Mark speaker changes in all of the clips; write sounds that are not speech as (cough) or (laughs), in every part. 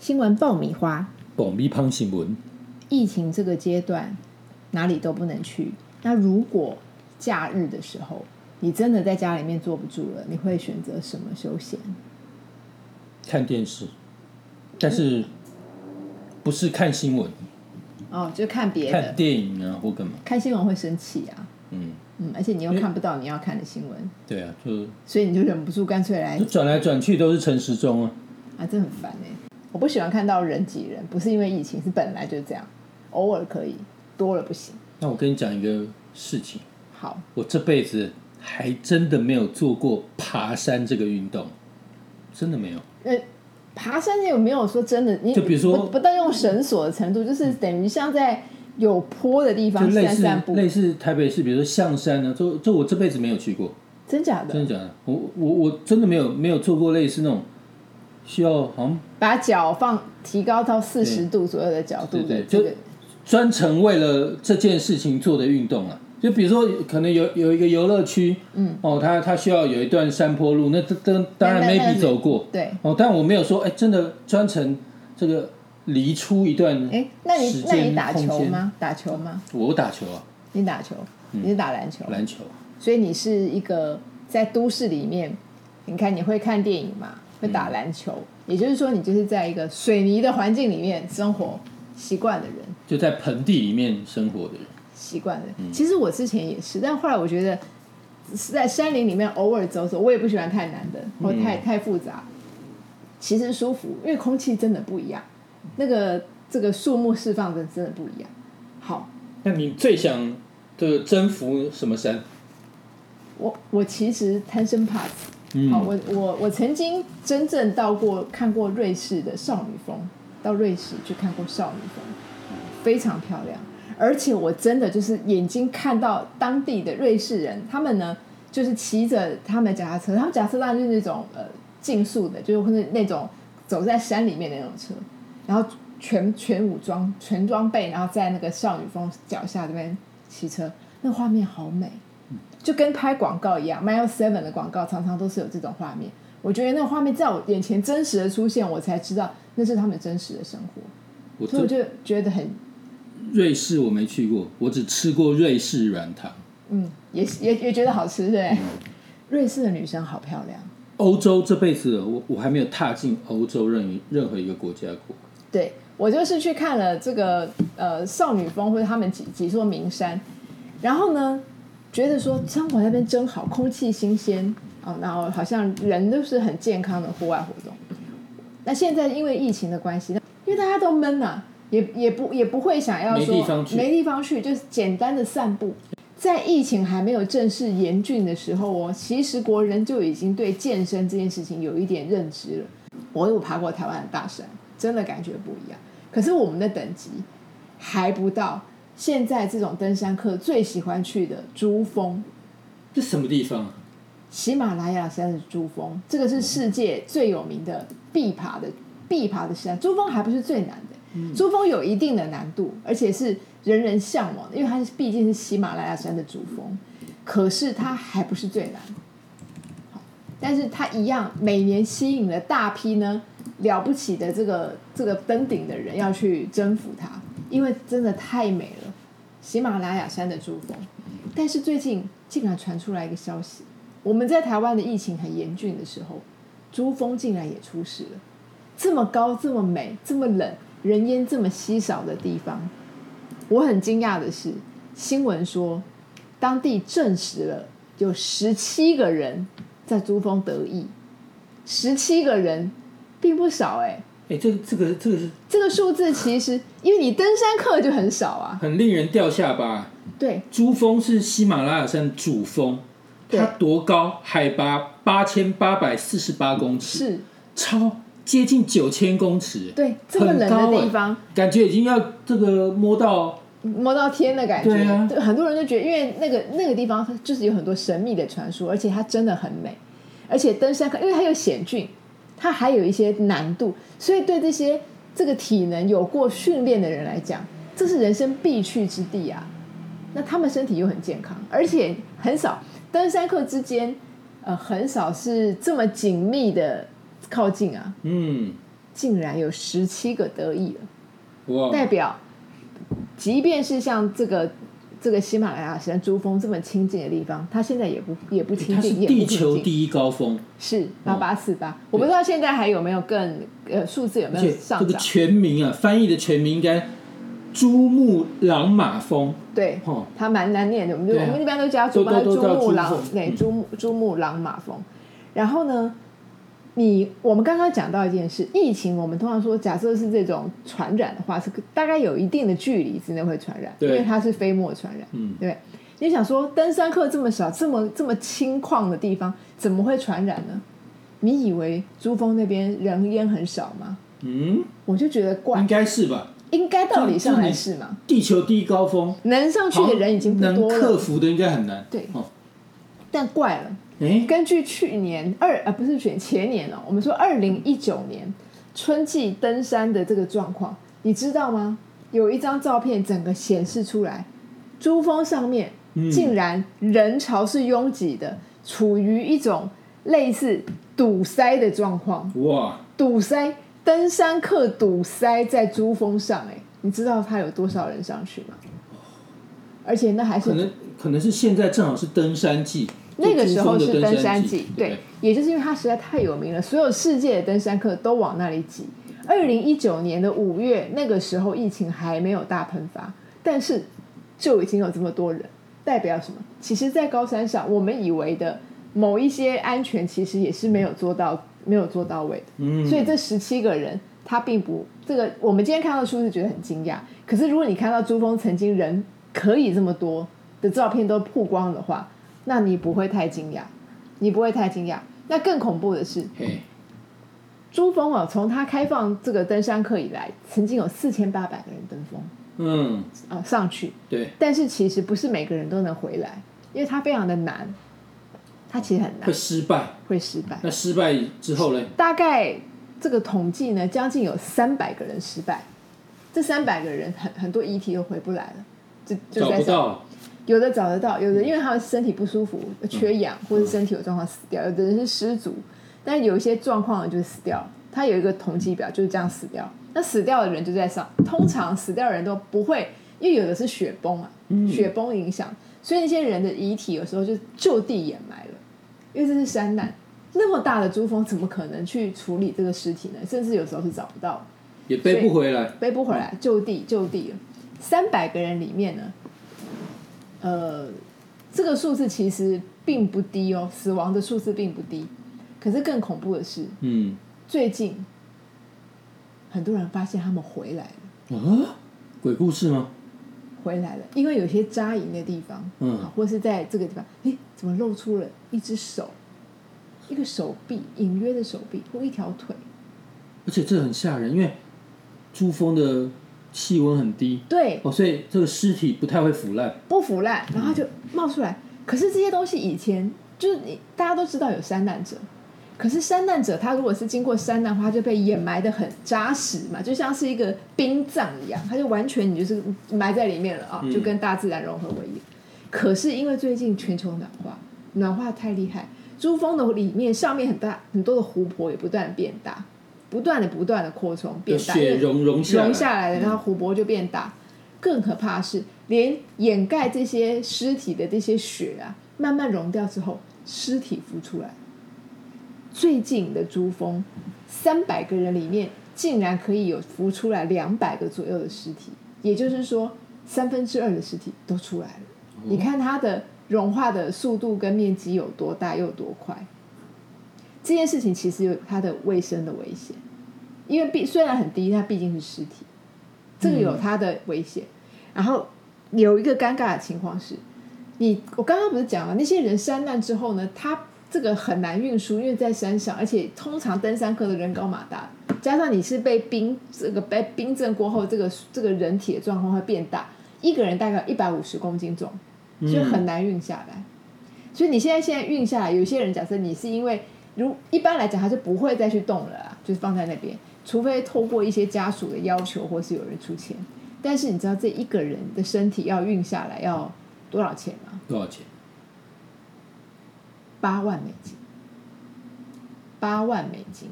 Speaker 1: 新闻爆米花，
Speaker 2: 爆米胖新闻，
Speaker 1: 疫情这个阶段哪里都不能去。那如果假日的时候，你真的在家里面坐不住了，你会选择什么休闲？
Speaker 2: 看电视，但是不是看新闻，
Speaker 1: 哦，就看别
Speaker 2: 看
Speaker 1: 的，
Speaker 2: 电影啊或干嘛？
Speaker 1: 看新闻会生气啊，
Speaker 2: 嗯，
Speaker 1: 嗯，而且你又看不到你要看的新闻，
Speaker 2: 对啊，就
Speaker 1: 所以你就忍不住干脆来
Speaker 2: 就转来转去都是陈时中啊。
Speaker 1: 啊，这很烦哎、我不喜欢看到人挤人，不是因为疫情，是本来就这样，偶尔可以，多了不行。
Speaker 2: 那我跟你讲一个事情，
Speaker 1: 好，
Speaker 2: 我这辈子还真的没有做过爬山这个运动，真的没有。
Speaker 1: 呃，爬山有没有说真的？你
Speaker 2: 就比如说
Speaker 1: 不不到用绳索的程度，就是等于像在有坡的地
Speaker 2: 就
Speaker 1: 方
Speaker 2: 类
Speaker 1: 散
Speaker 2: 似
Speaker 1: 散步，
Speaker 2: 类似台北市，比如说象山啊，这这我这辈子没有去过，
Speaker 1: 真假的？
Speaker 2: 真的假的？我我我真的没有没有做过类似那种需要好像
Speaker 1: 把脚放提高到四十度左右的角度的
Speaker 2: 对对
Speaker 1: 这个
Speaker 2: 就专程为了这件事情做的运动啊。就比如说，可能有有一个游乐区，嗯，哦，它它需要有一段山坡路，那这当当然
Speaker 1: 那那
Speaker 2: maybe 走过，
Speaker 1: 对。
Speaker 2: 哦，但我没有说，哎，真的专程这个离出一段，
Speaker 1: 哎，那你
Speaker 2: 时
Speaker 1: 那
Speaker 2: 间
Speaker 1: 你打球
Speaker 2: 空间
Speaker 1: 吗？打球吗？
Speaker 2: 我打球啊，
Speaker 1: 你打球，你是打篮球，
Speaker 2: 篮球，
Speaker 1: 所以你是一个在都市里面，你看你会看电影嘛，会打
Speaker 2: 嗯
Speaker 1: 篮球，也就是说你就是在一个水泥的环境里面生活习惯的人，
Speaker 2: 就在盆地里面生活的人，
Speaker 1: 习惯的人。其实我之前也是，但后来我觉得是在山林里面偶尔走走，我也不喜欢太难的或太太复杂，其实舒服，因为空气真的不一样，那个这个树木释放的真的不一样。好，
Speaker 2: 那你最想的征服什么山？
Speaker 1: 我我其实贪生怕死。
Speaker 2: 嗯
Speaker 1: 好，我我我曾经真正到过看过瑞士的少女峰，到瑞士去看过少女峰，非常漂亮。而且我真的就是眼睛看到当地的瑞士人，他们呢就是骑着他们的脚踏车，他们脚踏车当然就是那种呃竞速的，就是或者那种走在山里面的那种车，然后全全武装全装备，然后在那个少女峰脚下这边骑车，那画面好美。就跟拍广告一样 m i l e Seven 的广告常常都是有这种画面。我觉得那个画面在我眼前真实的出现，我才知道那是他们真实的生活，
Speaker 2: 我
Speaker 1: 所以我
Speaker 2: 这
Speaker 1: 就觉得很，
Speaker 2: 瑞士我没去过，我只吃过瑞士软糖。
Speaker 1: 嗯，也也也觉得好吃，对。瑞士的女生好漂亮，
Speaker 2: 欧洲这辈子我我还没有踏进欧洲任一任何一个国家过。
Speaker 1: 对我就是去看了这个呃少女峰或者他们几几座名山，然后呢，觉得说生活在那边真好，空气新鲜啊、哦然后好像人都是很健康的户外活动。那现在因为疫情的关系，因为大家都闷呐、也也不也不会想要说
Speaker 2: 没地方去
Speaker 1: 没地方去就是简单的散步。在疫情还没有正式严峻的时候哦，其实国人就已经对健身这件事情有一点认知了。我有爬过台湾的大山，真的感觉不一样。可是我们的等级还不到现在这种登山客最喜欢去的珠峰，
Speaker 2: 这什么地方啊？
Speaker 1: 喜马拉雅山的珠峰，这个是世界最有名的必爬的必爬的山。珠峰还不是最难的，珠峰有一定的难度，而且是人人向往的，因为它是毕竟是喜马拉雅山的珠峰。可是它还不是最难，好但是它一样每年吸引了大批呢了不起的这个这个登顶的人要去征服它，因为真的太美了，喜马拉雅山的珠峰。但是最近竟然传出来一个消息，我们在台湾的疫情很严峻的时候，珠峰竟然也出事了。这么高、这么美、这么冷、人烟这么稀少的地方，我很惊讶的是，新闻说当地证实了有十七个人在珠峰得疫，十七个人并不少哎、
Speaker 2: 哎，这个这个这个是
Speaker 1: 这个数字其实，因为你登山客就很少啊，
Speaker 2: 很令人掉下巴。
Speaker 1: 对，
Speaker 2: 珠峰是喜马拉雅山主峰，
Speaker 1: 对
Speaker 2: 它多高？海拔八千八百四十八公尺，
Speaker 1: 是，
Speaker 2: 超接近九千公尺，
Speaker 1: 对，这么冷
Speaker 2: 很高
Speaker 1: 的
Speaker 2: 哎
Speaker 1: 地方，
Speaker 2: 感觉已经要这个摸到。
Speaker 1: 摸到天的感觉。
Speaker 2: 对啊
Speaker 1: 很多人就觉得，因为那个那个地方就是有很多神秘的传说，而且它真的很美，而且登山客因为它有险峻，它还有一些难度，所以对这些这个体能有过训练的人来讲，这是人生必去之地啊。那他们身体又很健康，而且很少登山客之间，呃，很少是这么紧密的靠近啊。
Speaker 2: 嗯，
Speaker 1: 竟然有十七个得意了，
Speaker 2: 哇，
Speaker 1: 代表即便是像这个这个喜马拉雅山珠峰这么清近的地方，它现在也不也不清
Speaker 2: 它是
Speaker 1: 近，也不
Speaker 2: 地
Speaker 1: 平
Speaker 2: 嗯球
Speaker 1: 静
Speaker 2: 第一高峰，
Speaker 1: 是八八四八，我不知道现在还有没有更呃数字有没
Speaker 2: 而
Speaker 1: 有
Speaker 2: 且
Speaker 1: 上
Speaker 2: 这个
Speaker 1: 涨？
Speaker 2: 全名啊，翻译的全名应该珠穆朗玛峰，
Speaker 1: 对
Speaker 2: 哦，
Speaker 1: 它蛮难念的，我们就、
Speaker 2: 对啊
Speaker 1: 我们一般都叫它珠
Speaker 2: 都
Speaker 1: 穆它是
Speaker 2: 都
Speaker 1: 珠
Speaker 2: 都叫
Speaker 1: 穆
Speaker 2: 珠
Speaker 1: 朗
Speaker 2: 峰，
Speaker 1: 对，
Speaker 2: 嗯
Speaker 1: 珠穆珠穆朗玛峰。然后呢，你我们刚刚讲到一件事，疫情我们通常说，假设是这种传染的话，是大概有一定的距离之内会传染，因
Speaker 2: 对
Speaker 1: 为它是飞沫传染，
Speaker 2: 嗯
Speaker 1: 对。你想说，登山客这么小、这么这么轻旷的地方，怎么会传染呢？你以为珠峰那边人烟很少吗？
Speaker 2: 嗯，
Speaker 1: 我就觉得怪
Speaker 2: 应，该是吧？
Speaker 1: 应该道理上来是嘛，
Speaker 2: 地球第一高峰，
Speaker 1: 能上去的人已经不
Speaker 2: 能
Speaker 1: 多
Speaker 2: 克
Speaker 1: 了，
Speaker 2: 服的应该很难。
Speaker 1: 对
Speaker 2: 哦，
Speaker 1: 但怪了。
Speaker 2: 哎，
Speaker 1: 根据去年二啊不是选前年哦，我们说二零一九年春季登山的这个状况，你知道吗？有一张照片整个显示出来，珠峰上面
Speaker 2: 嗯
Speaker 1: 竟然人潮是拥挤的，处于一种类似堵塞的状况，
Speaker 2: 哇，
Speaker 1: 堵塞登山客堵塞在珠峰上、哎，你知道他有多少人上去吗？而且那还是
Speaker 2: 可能可能是现在正好是登山季，
Speaker 1: 那个
Speaker 2: 就
Speaker 1: 时
Speaker 2: 珠
Speaker 1: 候
Speaker 2: 峰的
Speaker 1: 是登
Speaker 2: 登
Speaker 1: 山季
Speaker 2: 季，，
Speaker 1: 对
Speaker 2: 对，
Speaker 1: 也就是因为它实在太有名了，所有世界的登山客都往那里挤。二零一九年的五月，那个时候疫情还没有大喷发，但是就已经有这么多人，代表什么？其实，在高山上，我们以为的某一些安全，其实也是没有做到，没有做到位的。
Speaker 2: 嗯，
Speaker 1: 所以这十七个人，他并不这个，我们今天看到的数字觉得很惊讶。可是如果你看到珠峰曾经人可以这么多的照片都曝光的话，那你不会太惊讶，你不会太惊讶。那更恐怖的是，
Speaker 2: 嘿，
Speaker 1: 珠峰啊，从它开放这个登山客以来，曾经有四千八百个人登峰
Speaker 2: 嗯，
Speaker 1: 啊、上去，
Speaker 2: 对，
Speaker 1: 但是其实不是每个人都能回来，因为它非常的难，它其实很难
Speaker 2: 会，失败。
Speaker 1: 会失败。
Speaker 2: 那失败之后呢？
Speaker 1: 大概这个统计呢，将近有三百个人失败，这三百个人很很多遗体都回不来了，就就
Speaker 2: 找
Speaker 1: 在
Speaker 2: 不
Speaker 1: 想
Speaker 2: 到了，
Speaker 1: 有的找得到，有的因为他们身体不舒服、缺氧或者身体有状况死掉，有的人是失足，但有一些状况就是死掉了。他有一个统计表就是这样死掉，那死掉的人就在上，通常死掉的人都不会，因为有的是雪崩啊，雪崩影响，所以那些人的遗体有时候就就地掩埋了，因为这是山难，那么大的珠峰怎么可能去处理这个尸体呢？甚至有时候是找不到的。
Speaker 2: 也背不回来。
Speaker 1: 背不回来，就地就地了。三百个人里面呢，呃，这个数字其实并不低哦，死亡的数字并不低。可是更恐怖的是，
Speaker 2: 嗯，
Speaker 1: 最近很多人发现他们回来了，
Speaker 2: 啊，鬼故事吗？
Speaker 1: 回来了，因为有些扎营的地方，
Speaker 2: 嗯
Speaker 1: 啊或是在这个地方，诶，怎么露出了一只手，一个手臂，隐约的手臂或一条腿，
Speaker 2: 而且这很吓人，因为珠峰的气温很低，
Speaker 1: 对，
Speaker 2: 哦，所以这个尸体不太会腐烂。
Speaker 1: 不腐烂，然后它就冒出来。可是这些东西以前就是你大家都知道有山难者，可是山难者他如果是经过山难的话，他就被掩埋的很扎实嘛，就像是一个冰葬一样，他就完全你就是埋在里面了啊，
Speaker 2: 嗯
Speaker 1: 就跟大自然融合为一。可是因为最近全球暖化，暖化太厉害，珠峰的里面上面很大很多的湖泊也不断地变大，不断的不断的扩充变大，
Speaker 2: 雪
Speaker 1: 因为
Speaker 2: 融融下来
Speaker 1: 融下来了，
Speaker 2: 嗯
Speaker 1: 然后湖泊就变大。更可怕的是，连掩盖这些尸体的这些雪啊，慢慢融掉之后，尸体浮出来。最近的珠峰，三百个人里面竟然可以有浮出来两百个左右的尸体，也就是说，三分之二的尸体都出来了。
Speaker 2: 哦
Speaker 1: 你看它的融化的速度跟面积有多大，又有多快。这件事情其实有它的卫生的危险，因为毕虽然很低，它毕竟是尸体，这个有它的危险。然后有一个尴尬的情况是，你我刚刚不是讲了，那些人山难之后呢，他这个很难运输，因为在山上，而且通常登山客的人高马大，加上你是被冰这个被冰镇过后，这个这个人体的状况会变大，一个人大概一百五十公斤重，所以
Speaker 2: 嗯
Speaker 1: 很难运下来。所以你现在现在运下来，有些人假设你是因为如一般来讲他是不会再去动了啦，就是放在那边，除非透过一些家属的要求或是有人出钱。但是你知道这一个人的身体要运下来要多少钱吗？
Speaker 2: 多少钱？
Speaker 1: 八万美金，八万美金，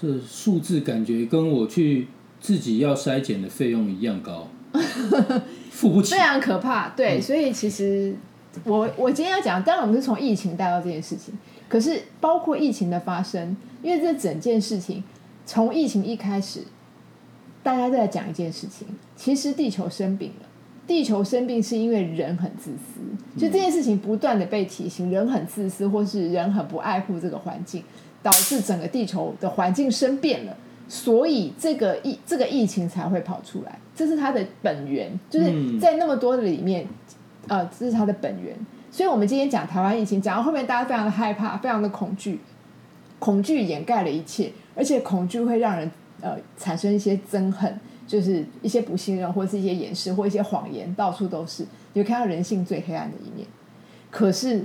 Speaker 2: 这数字感觉跟我去自己要筛检的费用一
Speaker 1: (laughs)
Speaker 2: 样高，付不起
Speaker 1: 非。常可怕。对，所以其实我我今天要讲，当然我们是从疫情带到这件事情，可是包括疫情的发生，因为这整件事情从疫情一开始，大家都在讲一件事情，其实地球生病了。地球生病是因为人很自私，就这件事情不断的被提醒，人很自私，或是人很不爱护这个环境，导致整个地球的环境生变了。所以这个疫这个疫情才会跑出来，这是它的本源，就是
Speaker 2: 嗯
Speaker 1: 在那么多的里面，呃，这是它的本源。所以我们今天讲台湾疫情，讲到后面大家非常的害怕，非常的恐惧，恐惧掩盖了一切，而且恐惧会让人呃产生一些憎恨，就是一些不信任，或是一些掩饰，或一些谎言，到处都是。你会看到人性最黑暗的一面。可是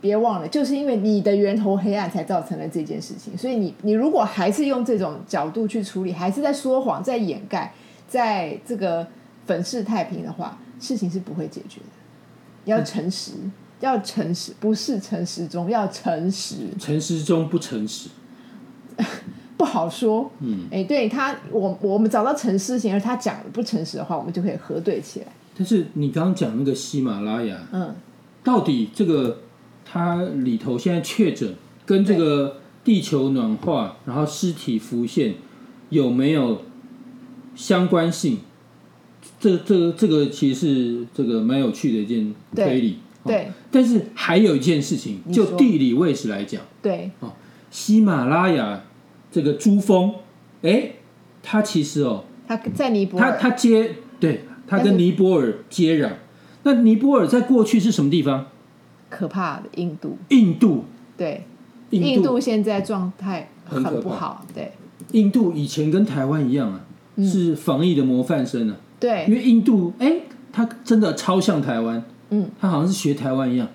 Speaker 1: 别忘了，就是因为你的源头黑暗，才造成了这件事情。所以你你如果还是用这种角度去处理，还是在说谎、在掩盖、在这个粉饰太平的话，事情是不会解决的。你要诚实，要诚实，不是诚实中要诚实。
Speaker 2: 诚实中不诚实，
Speaker 1: 不好说。
Speaker 2: 嗯，
Speaker 1: 哎、对他，我我们找到诚实型，而他讲的不诚实的话，我们就可以核对起来。
Speaker 2: 但是你刚刚讲那个喜马拉雅，
Speaker 1: 嗯，
Speaker 2: 到底这个它里头现在确诊跟这个地球暖化，然后尸体浮现有没有相关性？这这个这个其实是这个蛮有趣的一件
Speaker 1: 对
Speaker 2: 推理。哦
Speaker 1: 对
Speaker 2: 但是还有一件事情，
Speaker 1: 你说
Speaker 2: 就地理位置来讲，
Speaker 1: 对，
Speaker 2: 喜马拉雅这个珠峰，哎，它其实哦，
Speaker 1: 他在尼泊
Speaker 2: 它
Speaker 1: 尔，
Speaker 2: 它接对，它
Speaker 1: 但是
Speaker 2: 跟尼泊尔接壤。那尼泊尔在过去是什么地方？
Speaker 1: 可怕的印度，
Speaker 2: 印度，
Speaker 1: 对，
Speaker 2: 印度，
Speaker 1: 印度现在状态很
Speaker 2: 很可
Speaker 1: 不
Speaker 2: 怕
Speaker 1: 好，对
Speaker 2: 印度以前跟台湾一样啊，是防疫的模范生啊。
Speaker 1: 嗯对，
Speaker 2: 因为印度，哎，它真的超像台湾，
Speaker 1: 嗯，
Speaker 2: 它好像是学台湾一样，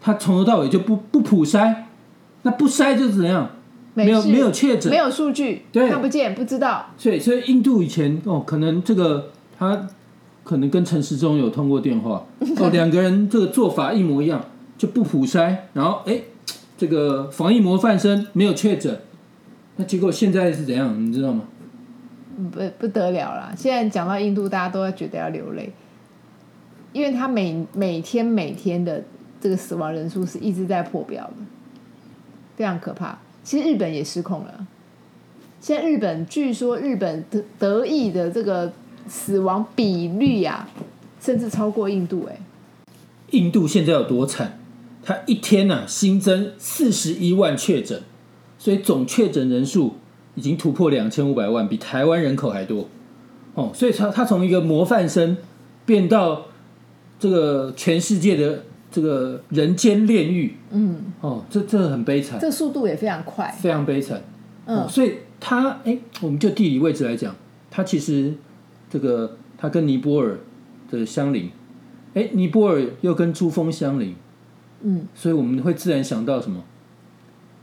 Speaker 2: 它从头到尾就不不普筛，那不筛就怎样？没有
Speaker 1: 事
Speaker 2: 没有确诊
Speaker 1: 没，有数据，
Speaker 2: 对
Speaker 1: 看不见不知道，
Speaker 2: 所以所以印度以前哦，可能这个他可能跟陈时中有通过电话哦，两个人这个做法一模一样，就不普筛，然后哎，这个防疫模范生没有确诊，那结果现在是怎样？你知道吗？
Speaker 1: 嗯不不得了啦！现在讲到印度，大家都要觉得要流泪，因为他每每天每天的这个死亡人数是一直在破表的，非常可怕。其实日本也失控了，现在日本据说日本得得意的这个死亡比率啊，甚至超过印度、欸，哎，
Speaker 2: 印度现在有多惨？它一天呢、新增四十一万确诊，所以总确诊人数已经突破两千五百万，比台湾人口还多。哦，所以它它从一个模范生变到这个全世界的这个人间炼狱。
Speaker 1: 嗯，
Speaker 2: 哦，这这很悲惨，
Speaker 1: 这速度也非常快，
Speaker 2: 非常悲惨。
Speaker 1: 嗯
Speaker 2: 哦，所以它哎，我们就地理位置来讲，它其实这个它跟尼泊尔的相邻，哎，尼泊尔又跟珠峰相邻。
Speaker 1: 嗯，
Speaker 2: 所以我们会自然想到什么？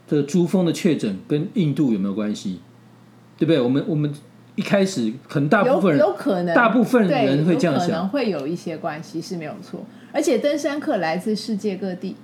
Speaker 2: 这个珠峰的确诊跟印度有没有关系？对不对？我们我们一开始可能大部分
Speaker 1: 有
Speaker 2: 人
Speaker 1: 有可能，
Speaker 2: 大部分人
Speaker 1: 对
Speaker 2: 会这样
Speaker 1: 有可能
Speaker 2: 想，
Speaker 1: 会有一些关系是没有错。而且登山客来自世界各地，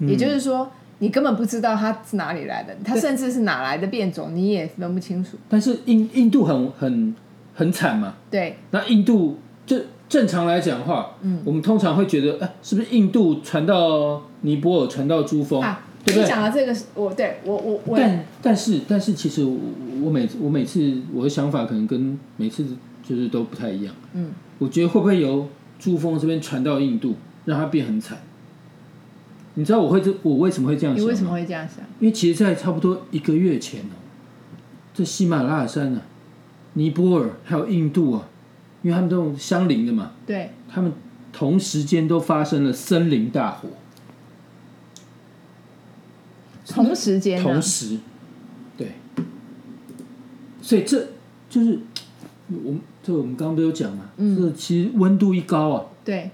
Speaker 2: 嗯
Speaker 1: 也就是说，你根本不知道他是哪里来的，他甚至是哪来的变种，你也分不清楚。
Speaker 2: 但是印印度很很很惨嘛。
Speaker 1: 对，
Speaker 2: 那印度这正常来讲的话，嗯，我们通常会觉得，哎、是不是印度传到尼泊尔，传到珠峰，
Speaker 1: 啊，
Speaker 2: 哦对不
Speaker 1: 你
Speaker 2: 对？
Speaker 1: 讲到这个是，我对我我我
Speaker 2: 但但是但是，其实我我每我每次我的想法可能跟每次就是都不太一样。
Speaker 1: 嗯，
Speaker 2: 我觉得会不会由珠峰这边传到印度，让它变很惨？你知道我会这我为什么会这样
Speaker 1: 你
Speaker 2: 想吗？
Speaker 1: 为什么会这样想？
Speaker 2: 因为其实，在差不多一个月前哦，这喜马拉雅山啊、尼泊尔还有印度啊，因为他们这种相邻的嘛，
Speaker 1: 对，
Speaker 2: 他们同时间都发生了森林大火，
Speaker 1: 同时间呢
Speaker 2: 同？时，对，所以这就是我们这我们刚刚都有讲嘛，
Speaker 1: 嗯
Speaker 2: 这其实温度一高啊，
Speaker 1: 对，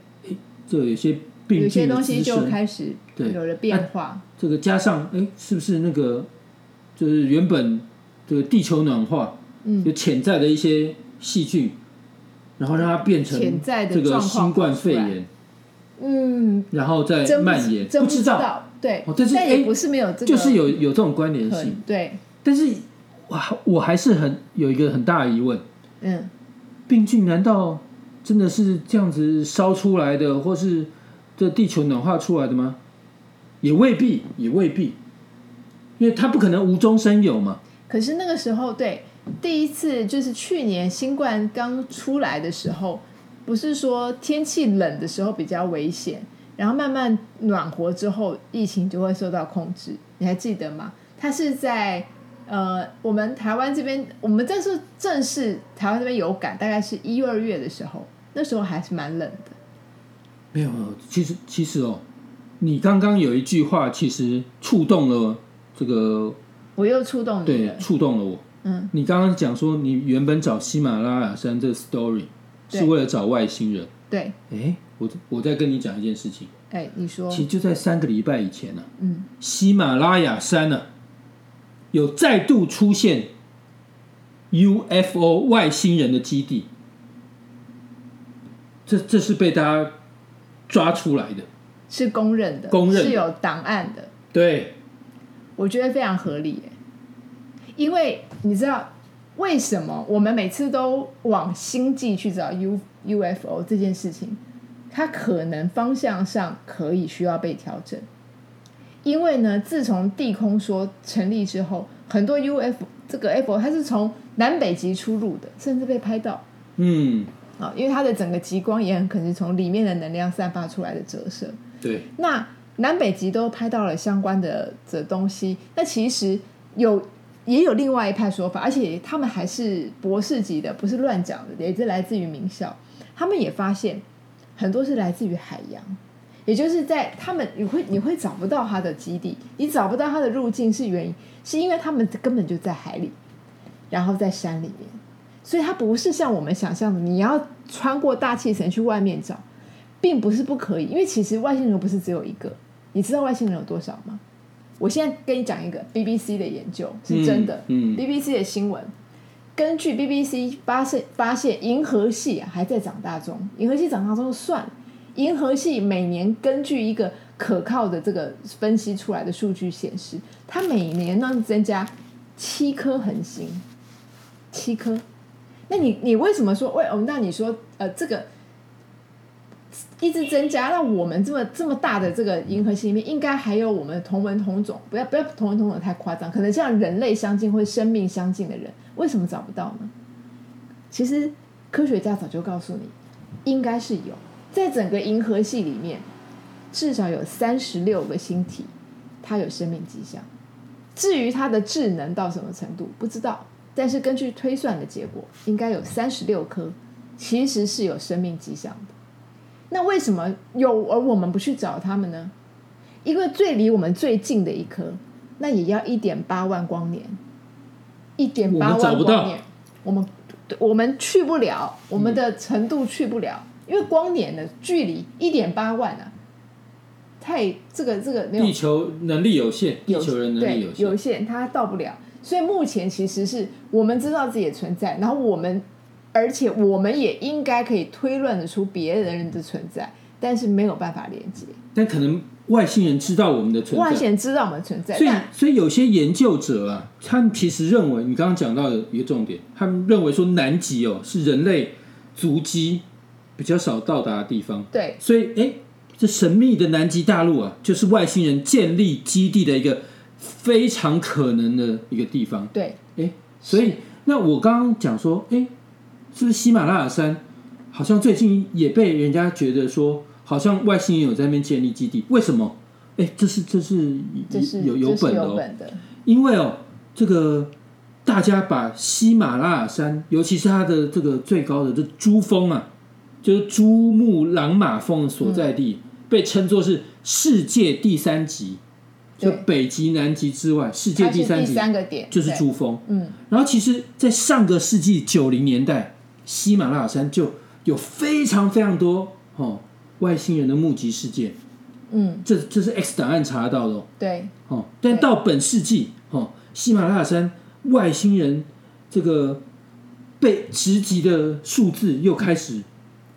Speaker 2: 这有些病
Speaker 1: 有些
Speaker 2: 菌的
Speaker 1: 东
Speaker 2: 滋
Speaker 1: 西就
Speaker 2: 生，
Speaker 1: 开始
Speaker 2: 对
Speaker 1: 有了变化。
Speaker 2: 这个加上哎，是不是那个就是原本这个地球暖化
Speaker 1: 嗯，
Speaker 2: 有潜在的一些细菌，然后让它变成
Speaker 1: 潜在的
Speaker 2: 这个
Speaker 1: 状况
Speaker 2: 新冠肺
Speaker 1: 跑出
Speaker 2: 炎，
Speaker 1: 嗯，
Speaker 2: 然后再
Speaker 1: 真不
Speaker 2: 蔓延，
Speaker 1: 真
Speaker 2: 不
Speaker 1: 知
Speaker 2: 知道，
Speaker 1: 道。对
Speaker 2: 哦但，是
Speaker 1: 但也
Speaker 2: 哎
Speaker 1: 不是没有这个，
Speaker 2: 就是有有这种关联
Speaker 1: 可能
Speaker 2: 性，
Speaker 1: 对，
Speaker 2: 但是我还我还是很有一个很大的疑问：
Speaker 1: 嗯，
Speaker 2: 病菌难道真的是这样子烧出来的，或是这地球暖化出来的吗？也未必，也未必，因为它不可能无中生有嘛。
Speaker 1: 可是那个时候，对第一次就是去年新冠刚出来的时候，不是说天气冷的时候比较危险，然后慢慢暖和之后，疫情就会受到控制。你还记得吗？它是在呃，我们台湾这边，我们这是正式台湾这边有感，大概是一二月的时候，那时候还是蛮冷的。
Speaker 2: 没有，其实其实哦，你刚刚有一句话，其实触动了这个，
Speaker 1: 我又触动你
Speaker 2: 对
Speaker 1: 了，，
Speaker 2: 触动了我。
Speaker 1: 嗯，
Speaker 2: 你刚刚讲说，你原本找喜马拉雅山这个 story
Speaker 1: 对
Speaker 2: 是为了找外星人。
Speaker 1: 对，
Speaker 2: 哎，我我再跟你讲一件事情，
Speaker 1: 哎，你说，
Speaker 2: 其实就在三个礼拜以前呢、
Speaker 1: 嗯，
Speaker 2: 喜马拉雅山呢、有再度出现 UFO 外星人的基地，这这是被大家抓出来的，
Speaker 1: 是公认的，
Speaker 2: 公认的
Speaker 1: 是有档案的。
Speaker 2: 对，
Speaker 1: 我觉得非常合理耶，因为你知道为什么我们每次都往星际去找 U UFO 这件事情，它可能方向上可以需要被调整，因为呢，自从地空说成立之后，很多 UFO 这个 UFO 它是从南北极出入的，甚至被拍到。
Speaker 2: 嗯，
Speaker 1: 啊、因为它的整个极光也很可能是从里面的能量散发出来的折射。
Speaker 2: 对，
Speaker 1: 那南北极都拍到了相关的的东西，那其实有也有另外一派说法，而且他们还是博士级的，不是乱讲的，也是来自于名校。他们也发现很多是来自于海洋，也就是在他们你会你会找不到它的基地，你找不到它的路径是原因，是因为他们根本就在海里，然后在山里面，所以它不是像我们想象的，你要穿过大气层去外面找。并不是不可以，因为其实外星人不是只有一个。你知道外星人有多少吗？我现在跟你讲一个 BBC 的研究是真的，
Speaker 2: 嗯嗯
Speaker 1: BBC 的新闻，根据 BBC 发现发现银河系、啊、还在长大中，银河系长大中就算了，银河系每年根据一个可靠的这个分析出来的数据显示，它每年呢增加七颗恒星，七颗。那你你为什么说喂哦？那你说呃这个一直增加，那我们这么这么大的这个银河系里面，应该还有我们同文同种，不要不要同文同种太夸张，可能像人类相近或生命相近的人，为什么找不到呢？其实科学家早就告诉你，应该是有，在整个银河系里面，至少有三十六个星体，它有生命迹象。至于它的智能到什么程度，不知道。但是根据推算的结果，应该有三十六颗，其实是有生命迹象的。那为什么有而我们不去找它们呢？因为最离我们最近的一颗，那也要一点八万光年，一点
Speaker 2: 我
Speaker 1: 八
Speaker 2: 们找
Speaker 1: 万
Speaker 2: 不到
Speaker 1: 光年，我们我们去不了，
Speaker 2: 嗯
Speaker 1: 我们的程度去不了，因为光年的距离一点八万啊，太这个这个没有
Speaker 2: 地球能力有限，地球人能
Speaker 1: 对
Speaker 2: 力有限，
Speaker 1: 限，它到不了。所以目前其实是我们知道自己的存在，然后我们，而且我们也应该可以推论得出别人的存在，但是没有办法连接。
Speaker 2: 但可能外星人知道我们的存
Speaker 1: 外
Speaker 2: 在，
Speaker 1: 显知道我们的存在，
Speaker 2: 所以
Speaker 1: 但，
Speaker 2: 所以有些研究者啊，他们其实认为，你刚刚讲到的一个重点，他们认为说南极哦是人类足迹比较少到达的地方，
Speaker 1: 对
Speaker 2: 所以哎，这神秘的南极大陆啊，就是外星人建立基地的一个非常可能的一个地方。
Speaker 1: 对，
Speaker 2: 哎，所以
Speaker 1: 是
Speaker 2: 那我刚刚讲说，哎，是不是喜马拉雅山好像最近也被人家觉得说，好像外星人有在那边建立基地？为什么？哎，这是这是
Speaker 1: 这是
Speaker 2: 有
Speaker 1: 这是
Speaker 2: 本的
Speaker 1: 有
Speaker 2: 哦，
Speaker 1: 本的，
Speaker 2: 因为哦，这个大家把喜马拉雅山，尤其是它的这个最高的这珠峰啊，就是珠穆朗玛峰的所在地，
Speaker 1: 嗯
Speaker 2: 被称作是世界第三极，就
Speaker 1: 对
Speaker 2: 北极、南极之外，世界
Speaker 1: 它是
Speaker 2: 第三
Speaker 1: 第
Speaker 2: 极
Speaker 1: 三个点
Speaker 2: 就是
Speaker 1: 对
Speaker 2: 珠峰。
Speaker 1: 嗯，
Speaker 2: 然后其实，在上个世纪九零年代，喜马拉雅山就有非常非常多哦外星人的目击事件，
Speaker 1: 嗯，
Speaker 2: 这这是 X 档案查到的哦。
Speaker 1: 对，
Speaker 2: 哦，但
Speaker 1: 对
Speaker 2: 到本世纪，哦，喜马拉雅山外星人这个被直击的数字又开始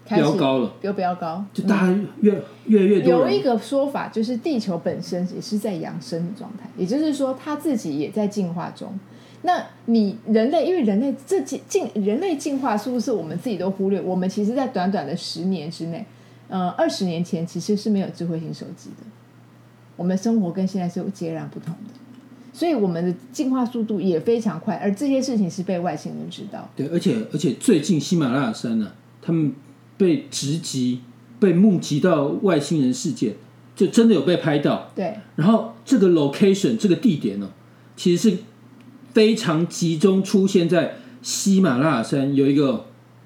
Speaker 1: 开始
Speaker 2: 飙高了，
Speaker 1: 又飙高，
Speaker 2: 就大家越、越来越多
Speaker 1: 有一
Speaker 2: 人，
Speaker 1: 个说法就是地球本身也是在扬升的状态，也就是说它自己也在进化中。那你人类，因为人类这进进人类进化速度是我们自己都忽略，我们其实在短短的十年之内，呃，二十年前其实是没有智慧型手机的，我们的生活跟现在是截然不同的，所以我们的进化速度也非常快，而这些事情是被外星人知道。
Speaker 2: 对，而且而且最近喜马拉雅山呢、他们被直击、被目击到外星人事件，就真的有被拍到。
Speaker 1: 对，
Speaker 2: 然后这个 location 这个地点呢、其实是非常集中出现在喜马拉雅山有一个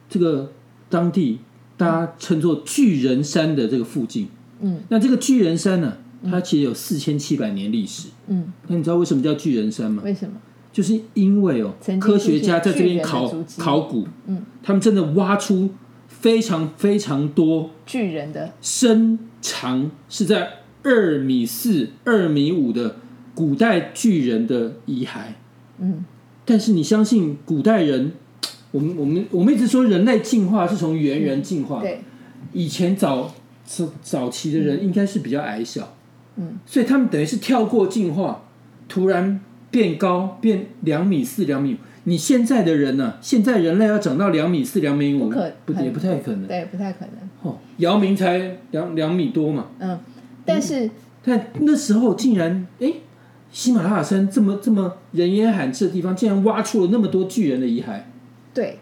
Speaker 2: 这个当地大家称作巨人山的这个附近。
Speaker 1: 嗯
Speaker 2: 那这个巨人山呢、它其实有四千七百年历史。
Speaker 1: 嗯，
Speaker 2: 那你知道为什么叫巨人山吗？
Speaker 1: 为什么？
Speaker 2: 就是因为哦
Speaker 1: 曾经，
Speaker 2: 科学家在这边
Speaker 1: 出
Speaker 2: 考
Speaker 1: 现巨人的足迹
Speaker 2: 考古，
Speaker 1: 嗯，
Speaker 2: 他们真的挖出非常非常多
Speaker 1: 巨人的
Speaker 2: 身长是在二米四、二米五的古代巨人的遗骸。
Speaker 1: 嗯
Speaker 2: 但是你相信古代人？我们我们我们一直说人类进化是从猿人进化，
Speaker 1: 对
Speaker 2: 以前早早早期的人应该是比较矮小，
Speaker 1: 嗯
Speaker 2: 所以他们等于是跳过进化，突然变高，变两米四、两米五。你现在的人呢、现在人类要长到两米四、两米
Speaker 1: 不
Speaker 2: 五
Speaker 1: 可，
Speaker 2: 不也不太可能。
Speaker 1: 对不太可能
Speaker 2: 哦，姚明才两两米多嘛，
Speaker 1: 嗯，但是。
Speaker 2: 但那时候竟然哎，喜马拉雅山这么这么人烟罕至的地方，竟然挖出了那么多巨人的遗骸，
Speaker 1: 对，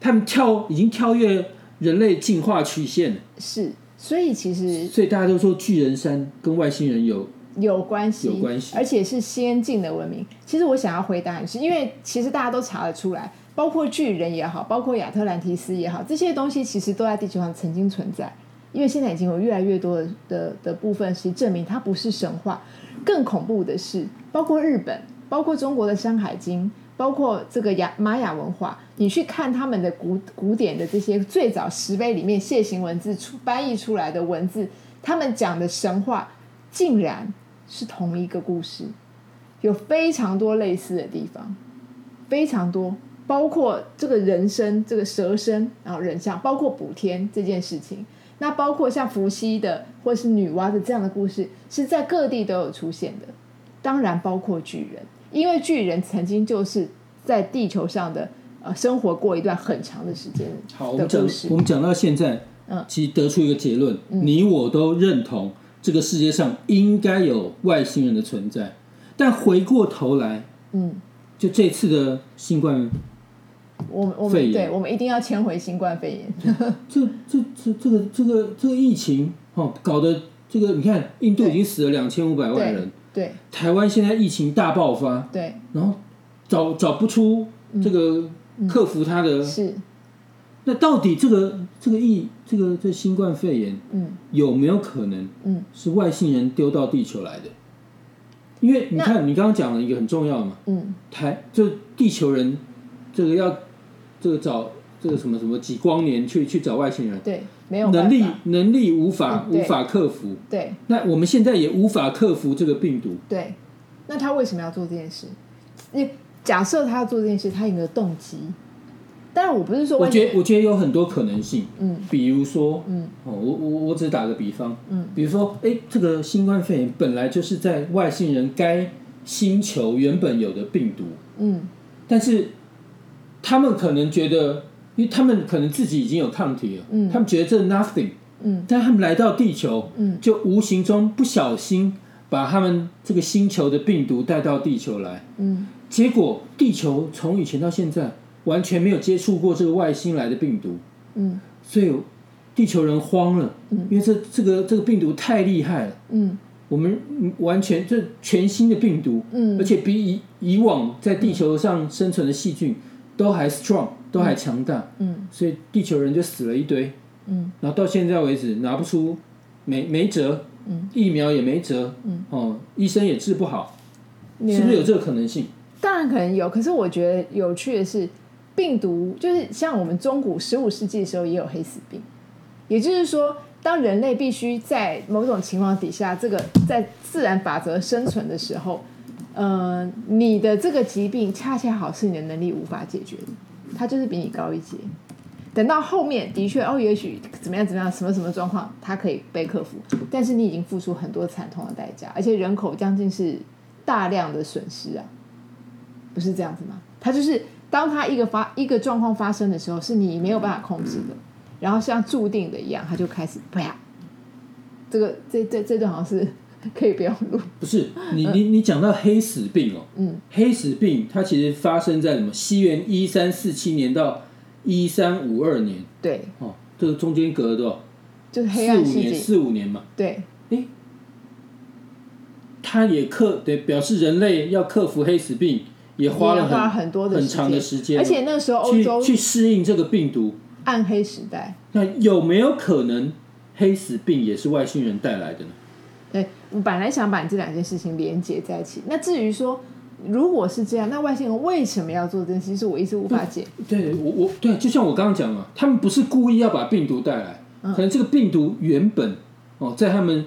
Speaker 2: 他们跳已经跳跃人类进化曲线了，
Speaker 1: 是，所以其实
Speaker 2: 所以大家都说巨人山跟外星人有
Speaker 1: 有关系，
Speaker 2: 有关系
Speaker 1: 而且是先进的文明。其实我想要回答你是，因为其实大家都查得出来，包括巨人也好，包括亚特兰提斯也好，这些东西其实都在地球上曾经存在。因为现在已经有越来越多的的的部分是证明它不是神话。更恐怖的是，包括日本，包括中国的《山海经》，包括这个雅玛雅文化，你去看他们的古古典的这些最早石碑里面楔形文字出翻译出来的文字，他们讲的神话竟然是同一个故事，有非常多类似的地方，非常多，包括这个人身、这个蛇身，然后人像，包括补天这件事情。那包括像伏羲的或是女娲的这样的故事，是在各地都有出现的。当然包括巨人，因为巨人曾经就是在地球上的呃生活过一段很长的时间
Speaker 2: 好，
Speaker 1: 的
Speaker 2: 我们讲
Speaker 1: 故事
Speaker 2: 我。们讲到现在，
Speaker 1: 嗯
Speaker 2: 其实得出一个结论，你我都认同这个世界上应该有外星人的存在，但回过头来，
Speaker 1: 嗯，
Speaker 2: 就这次的新冠，
Speaker 1: 我们我
Speaker 2: 肺
Speaker 1: 们
Speaker 2: 炎
Speaker 1: 对，我们一定要迁回新冠肺炎。
Speaker 2: 啊这这这这个这个这个疫情哦，搞得这个你看，印度已经死了两千五百万人，
Speaker 1: 对
Speaker 2: 台湾现在疫情大爆发，
Speaker 1: 对
Speaker 2: 然后找找不出
Speaker 1: 嗯
Speaker 2: 这个克服它的，
Speaker 1: 是，
Speaker 2: 那到底这个这个疫这个这新冠肺炎
Speaker 1: 嗯
Speaker 2: 有没有可能？
Speaker 1: 嗯
Speaker 2: 是外星人丢到地球来的。因为你看，你刚刚讲了一个很重要的嘛，
Speaker 1: 嗯
Speaker 2: 台就地球人这个要这个找这个什么什么几光年去去找外星人，
Speaker 1: 对，没有办
Speaker 2: 能
Speaker 1: 法
Speaker 2: 力能力无法
Speaker 1: 嗯对
Speaker 2: 无法克服。
Speaker 1: 对
Speaker 2: 那我们现在也无法克服这个病毒，
Speaker 1: 对，那他为什么要做这件事？你假设他要做这件事，他有没有动机？当然，我不是说
Speaker 2: 我
Speaker 1: 外
Speaker 2: 觉得我觉得有很多可能性，
Speaker 1: 嗯
Speaker 2: 比如说，
Speaker 1: 嗯
Speaker 2: 哦，我我我只打个比方，
Speaker 1: 嗯，
Speaker 2: 比如说，哎，这个新冠肺炎本来就是在外星人该星球原本有的病毒，
Speaker 1: 嗯
Speaker 2: 但是他们可能觉得，因为他们可能自己已经有抗体了，
Speaker 1: 嗯
Speaker 2: 他们觉得这 nothing，
Speaker 1: 嗯
Speaker 2: 但他们来到地球，
Speaker 1: 嗯
Speaker 2: 就无形中不小心把他们这个星球的病毒带到地球来，
Speaker 1: 嗯
Speaker 2: 结果地球从以前到现在完全没有接触过这个外星来的病毒，
Speaker 1: 嗯
Speaker 2: 所以地球人慌了，
Speaker 1: 嗯
Speaker 2: 因为这这个这个病毒太厉害了。
Speaker 1: 嗯
Speaker 2: 我们完全这全新的病毒，
Speaker 1: 嗯
Speaker 2: 而且比以以往在地球上生存的细菌都还 strong，都还强大，
Speaker 1: 嗯
Speaker 2: 所以地球人就死了一堆。
Speaker 1: 嗯
Speaker 2: 然后到现在为止拿不出没没辙，
Speaker 1: 嗯
Speaker 2: 疫苗也没辙，
Speaker 1: 嗯
Speaker 2: 哦，医生也治不好，
Speaker 1: 嗯，
Speaker 2: 是不是有这个可能性？
Speaker 1: 当然可能有，可是我觉得有趣的是，病毒就是像我们中古十五世纪的时候也有黑死病，也就是说，当人类必须在某种情况底下，这个在自然法则生存的时候，呃，你的这个疾病恰恰好是你的能力无法解决的，它就是比你高一截。等到后面的确哦，也许怎么样怎么样，什么什么状况，它可以被克服，但是你已经付出很多惨痛的代价，而且人口将近是大量的损失啊。不是这样子吗？它就是当它一个发一个状况发生的时候，是你没有办法控制的，然后像注定的一样，它就开始啪。这个这这这段好像是 (laughs) 可以不要录，
Speaker 2: 不是
Speaker 1: 呃
Speaker 2: 你你你讲到黑死病哦，嗯，黑死病它其实发生在什么？西元一三四七年到一三五二年
Speaker 1: 对，
Speaker 2: 哦，这个中间隔了多少？
Speaker 1: 就是黑
Speaker 2: 四五
Speaker 1: 暗世
Speaker 2: 年，
Speaker 1: 界，
Speaker 2: 四五年嘛。
Speaker 1: 对，
Speaker 2: 它也克对表示人类要克服黑死病，也花了
Speaker 1: 也花
Speaker 2: 很
Speaker 1: 了很多的
Speaker 2: 很
Speaker 1: 时间
Speaker 2: 长的时间，
Speaker 1: 而且那个时候欧
Speaker 2: 去
Speaker 1: 洲
Speaker 2: 去适应这个病毒。
Speaker 1: 暗黑时代，
Speaker 2: 那有没有可能黑死病也是外星人带来的呢？
Speaker 1: 对，我本来想把这两件事情连接在一起。那至于说，如果是这样，那外星人为什么要做这件事？是我一直无法解。
Speaker 2: 对我我对，就像我刚刚讲嘛，他们不是故意要把病毒带来，
Speaker 1: 嗯
Speaker 2: 可能这个病毒原本哦，在他们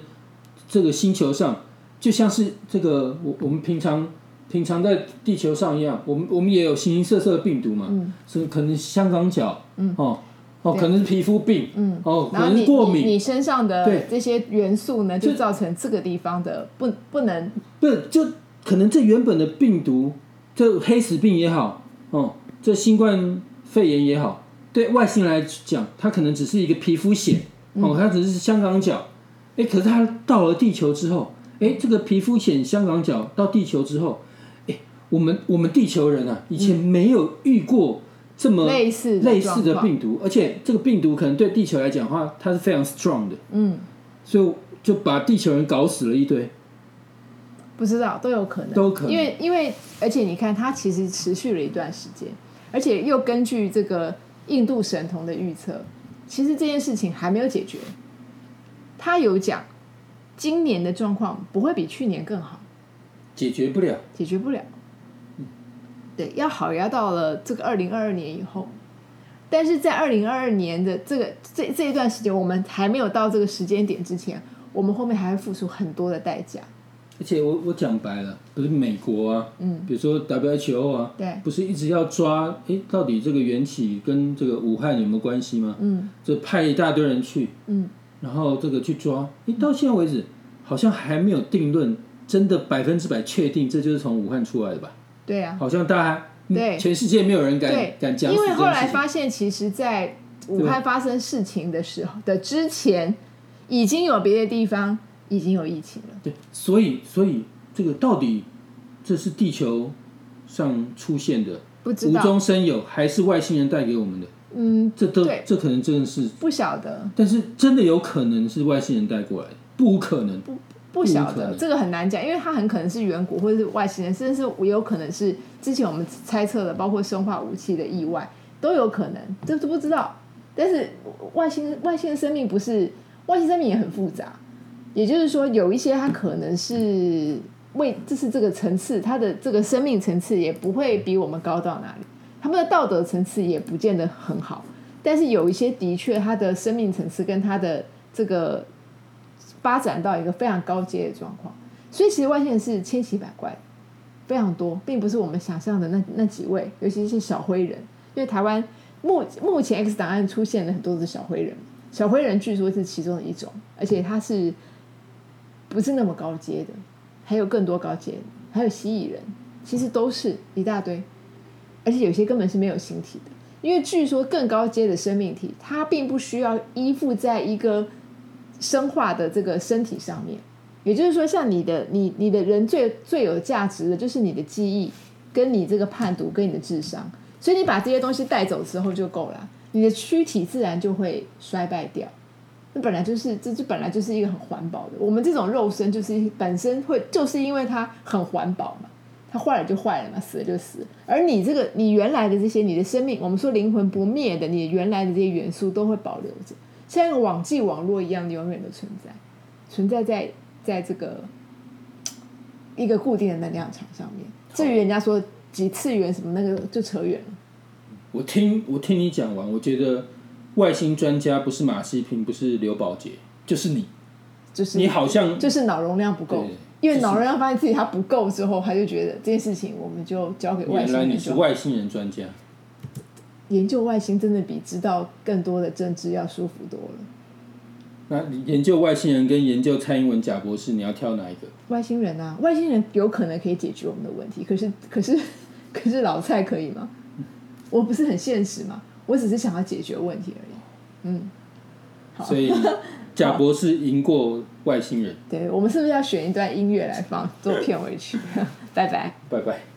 Speaker 2: 这个星球上，就像是这个我我们平常平常在地球上一样，我们我们也有形形色色的病毒嘛，
Speaker 1: 嗯
Speaker 2: 是可能香港脚，嗯哦哦，可能是皮肤病，嗯哦，可
Speaker 1: 然后
Speaker 2: 能
Speaker 1: 你
Speaker 2: 是过
Speaker 1: 你
Speaker 2: 敏，
Speaker 1: 你身上的
Speaker 2: 对
Speaker 1: 这些元素呢，就
Speaker 2: 就
Speaker 1: 造成这个地方的不不能
Speaker 2: 不是就可能这原本的病毒，这黑死病也好，哦，这新冠肺炎也好，对外星人来讲，它可能只是一个皮肤癣，
Speaker 1: 嗯
Speaker 2: 哦，它只是香港脚，哎，可是它到了地球之后，哎，这个皮肤癣香港脚到地球之后，哎，我们我们地球人啊，以前没有遇过这么
Speaker 1: 类似
Speaker 2: 呃类似
Speaker 1: 状
Speaker 2: 的
Speaker 1: 况
Speaker 2: 病毒，而且这个病毒可能对地球来讲的话，它是非常 strong 的，
Speaker 1: 嗯，
Speaker 2: 所以就把地球人搞死了一堆，
Speaker 1: 不知道都有可能，
Speaker 2: 都可能
Speaker 1: 因为因为而且你看，它其实持续了一段时间，而且又根据这个印度神童的预测，其实这件事情还没有解决。他有讲，今年的状况不会比去年更好，
Speaker 2: 解决不了。
Speaker 1: 解决不了。
Speaker 2: 嗯
Speaker 1: 对，要好也要到了这个二零二二年以后，但是在二零二二年的这个这这一段时间，我们还没有到这个时间点之前，我们后面还会付出很多的代价。
Speaker 2: 而且我我讲白了，不是美国啊，
Speaker 1: 嗯，
Speaker 2: 比如说 WHO 啊，
Speaker 1: 对
Speaker 2: 不是一直要抓，诶，到底这个缘起跟这个武汉有没有关系吗？
Speaker 1: 嗯
Speaker 2: 就派一大堆人去，
Speaker 1: 嗯，
Speaker 2: 然后这个去抓，诶，到现在为止好像还没有定论，真的百分之百确定这就是从武汉出来的吧？
Speaker 1: 对啊。
Speaker 2: 好像大家嗯
Speaker 1: 对
Speaker 2: 全世界没有人敢
Speaker 1: 对，
Speaker 2: 敢讲死
Speaker 1: 因
Speaker 2: 这
Speaker 1: 为
Speaker 2: 件
Speaker 1: 后来
Speaker 2: 事情
Speaker 1: 发现，其实，在武汉发生事情的时候的之前，已经有别的地方已经有疫情了。
Speaker 2: 对，所以所以这个到底这是地球上出现的，
Speaker 1: 不知
Speaker 2: 无
Speaker 1: 道，
Speaker 2: 中生有，还是外星人带给我们的？
Speaker 1: 嗯，
Speaker 2: 这都
Speaker 1: 对
Speaker 2: 这可能真的是
Speaker 1: 不晓得，
Speaker 2: 但是真的有可能是外星人带过来的，不无可能。
Speaker 1: 不晓
Speaker 2: 不可
Speaker 1: 得，
Speaker 2: 能
Speaker 1: 这个很难讲，因为它很可能是远古或者是外星人，甚至是有可能是之前我们猜测的，包括生化武器的意外都有可能，这都不知道。但是外星外星的生命不是外星生命也很复杂，也就是说有一些它可能是为这是这个层次，它的这个生命层次也不会比我们高到哪里，他们的道德层次也不见得很好。但是有一些的确，它的生命层次跟它的这个发展到一个非常高阶的状况。所以其实外星人是千奇百怪的，非常多，并不是我们想象的那那几位，尤其是小灰人，因为台湾目目前 X 档案出现了很多的小灰人，小灰人据说是其中的一种，而且它是不是那么高阶的，还有更多高阶的，还有蜥蜴人，其实都是一大堆，而且有些根本是没有形体的。因为据说更高阶的生命体，它并不需要依附在一个生化的这个身体上面。也就是说，像你的你你的人最最有价值的就是你的记忆，跟你这个判读，跟你的智商。所以你把这些东西带走之后就够了，你的躯体自然就会衰败掉。那本来就是，这就本来就是一个很环保的。我们这种肉身就是本身会，就是因为它很环保嘛，它坏了就坏了嘛，死了就死了。而你这个，你原来的这些，你的生命，我们说灵魂不灭的，你原来的这些元素都会保留着，像一个网际网络一样，永远的存在，存在在在这个嘖一个固定的能量场上面。至于人家说几次元什么那个，就扯远了。
Speaker 2: 我听我听你讲完，我觉得外星专家不是马西平，不是刘宝杰，就是你，
Speaker 1: 就是
Speaker 2: 你好像
Speaker 1: 就是脑容量不够
Speaker 2: 对，
Speaker 1: 因为
Speaker 2: 就是
Speaker 1: 脑容量发现自己它不够之后，他就觉得这件事情我们就交给外
Speaker 2: 原
Speaker 1: 星
Speaker 2: 来
Speaker 1: 人
Speaker 2: 你
Speaker 1: 就是好。
Speaker 2: 外星人专家。
Speaker 1: 研究外星真的比知道更多的政治要舒服多了。
Speaker 2: 那你研究外星人跟研究蔡英文贾博士，你要挑哪一个？
Speaker 1: 外星人啊，外星人有可能可以解决我们的问题，可是可是 (laughs) 可是老蔡可以吗？我不是很现实嘛，我只是想要解决问题而已。嗯，好 (laughs)
Speaker 2: 所以贾博士赢过外星人，
Speaker 1: (laughs) 对，我们是不是要选一段音乐来放做片尾曲？拜拜。
Speaker 2: 拜拜。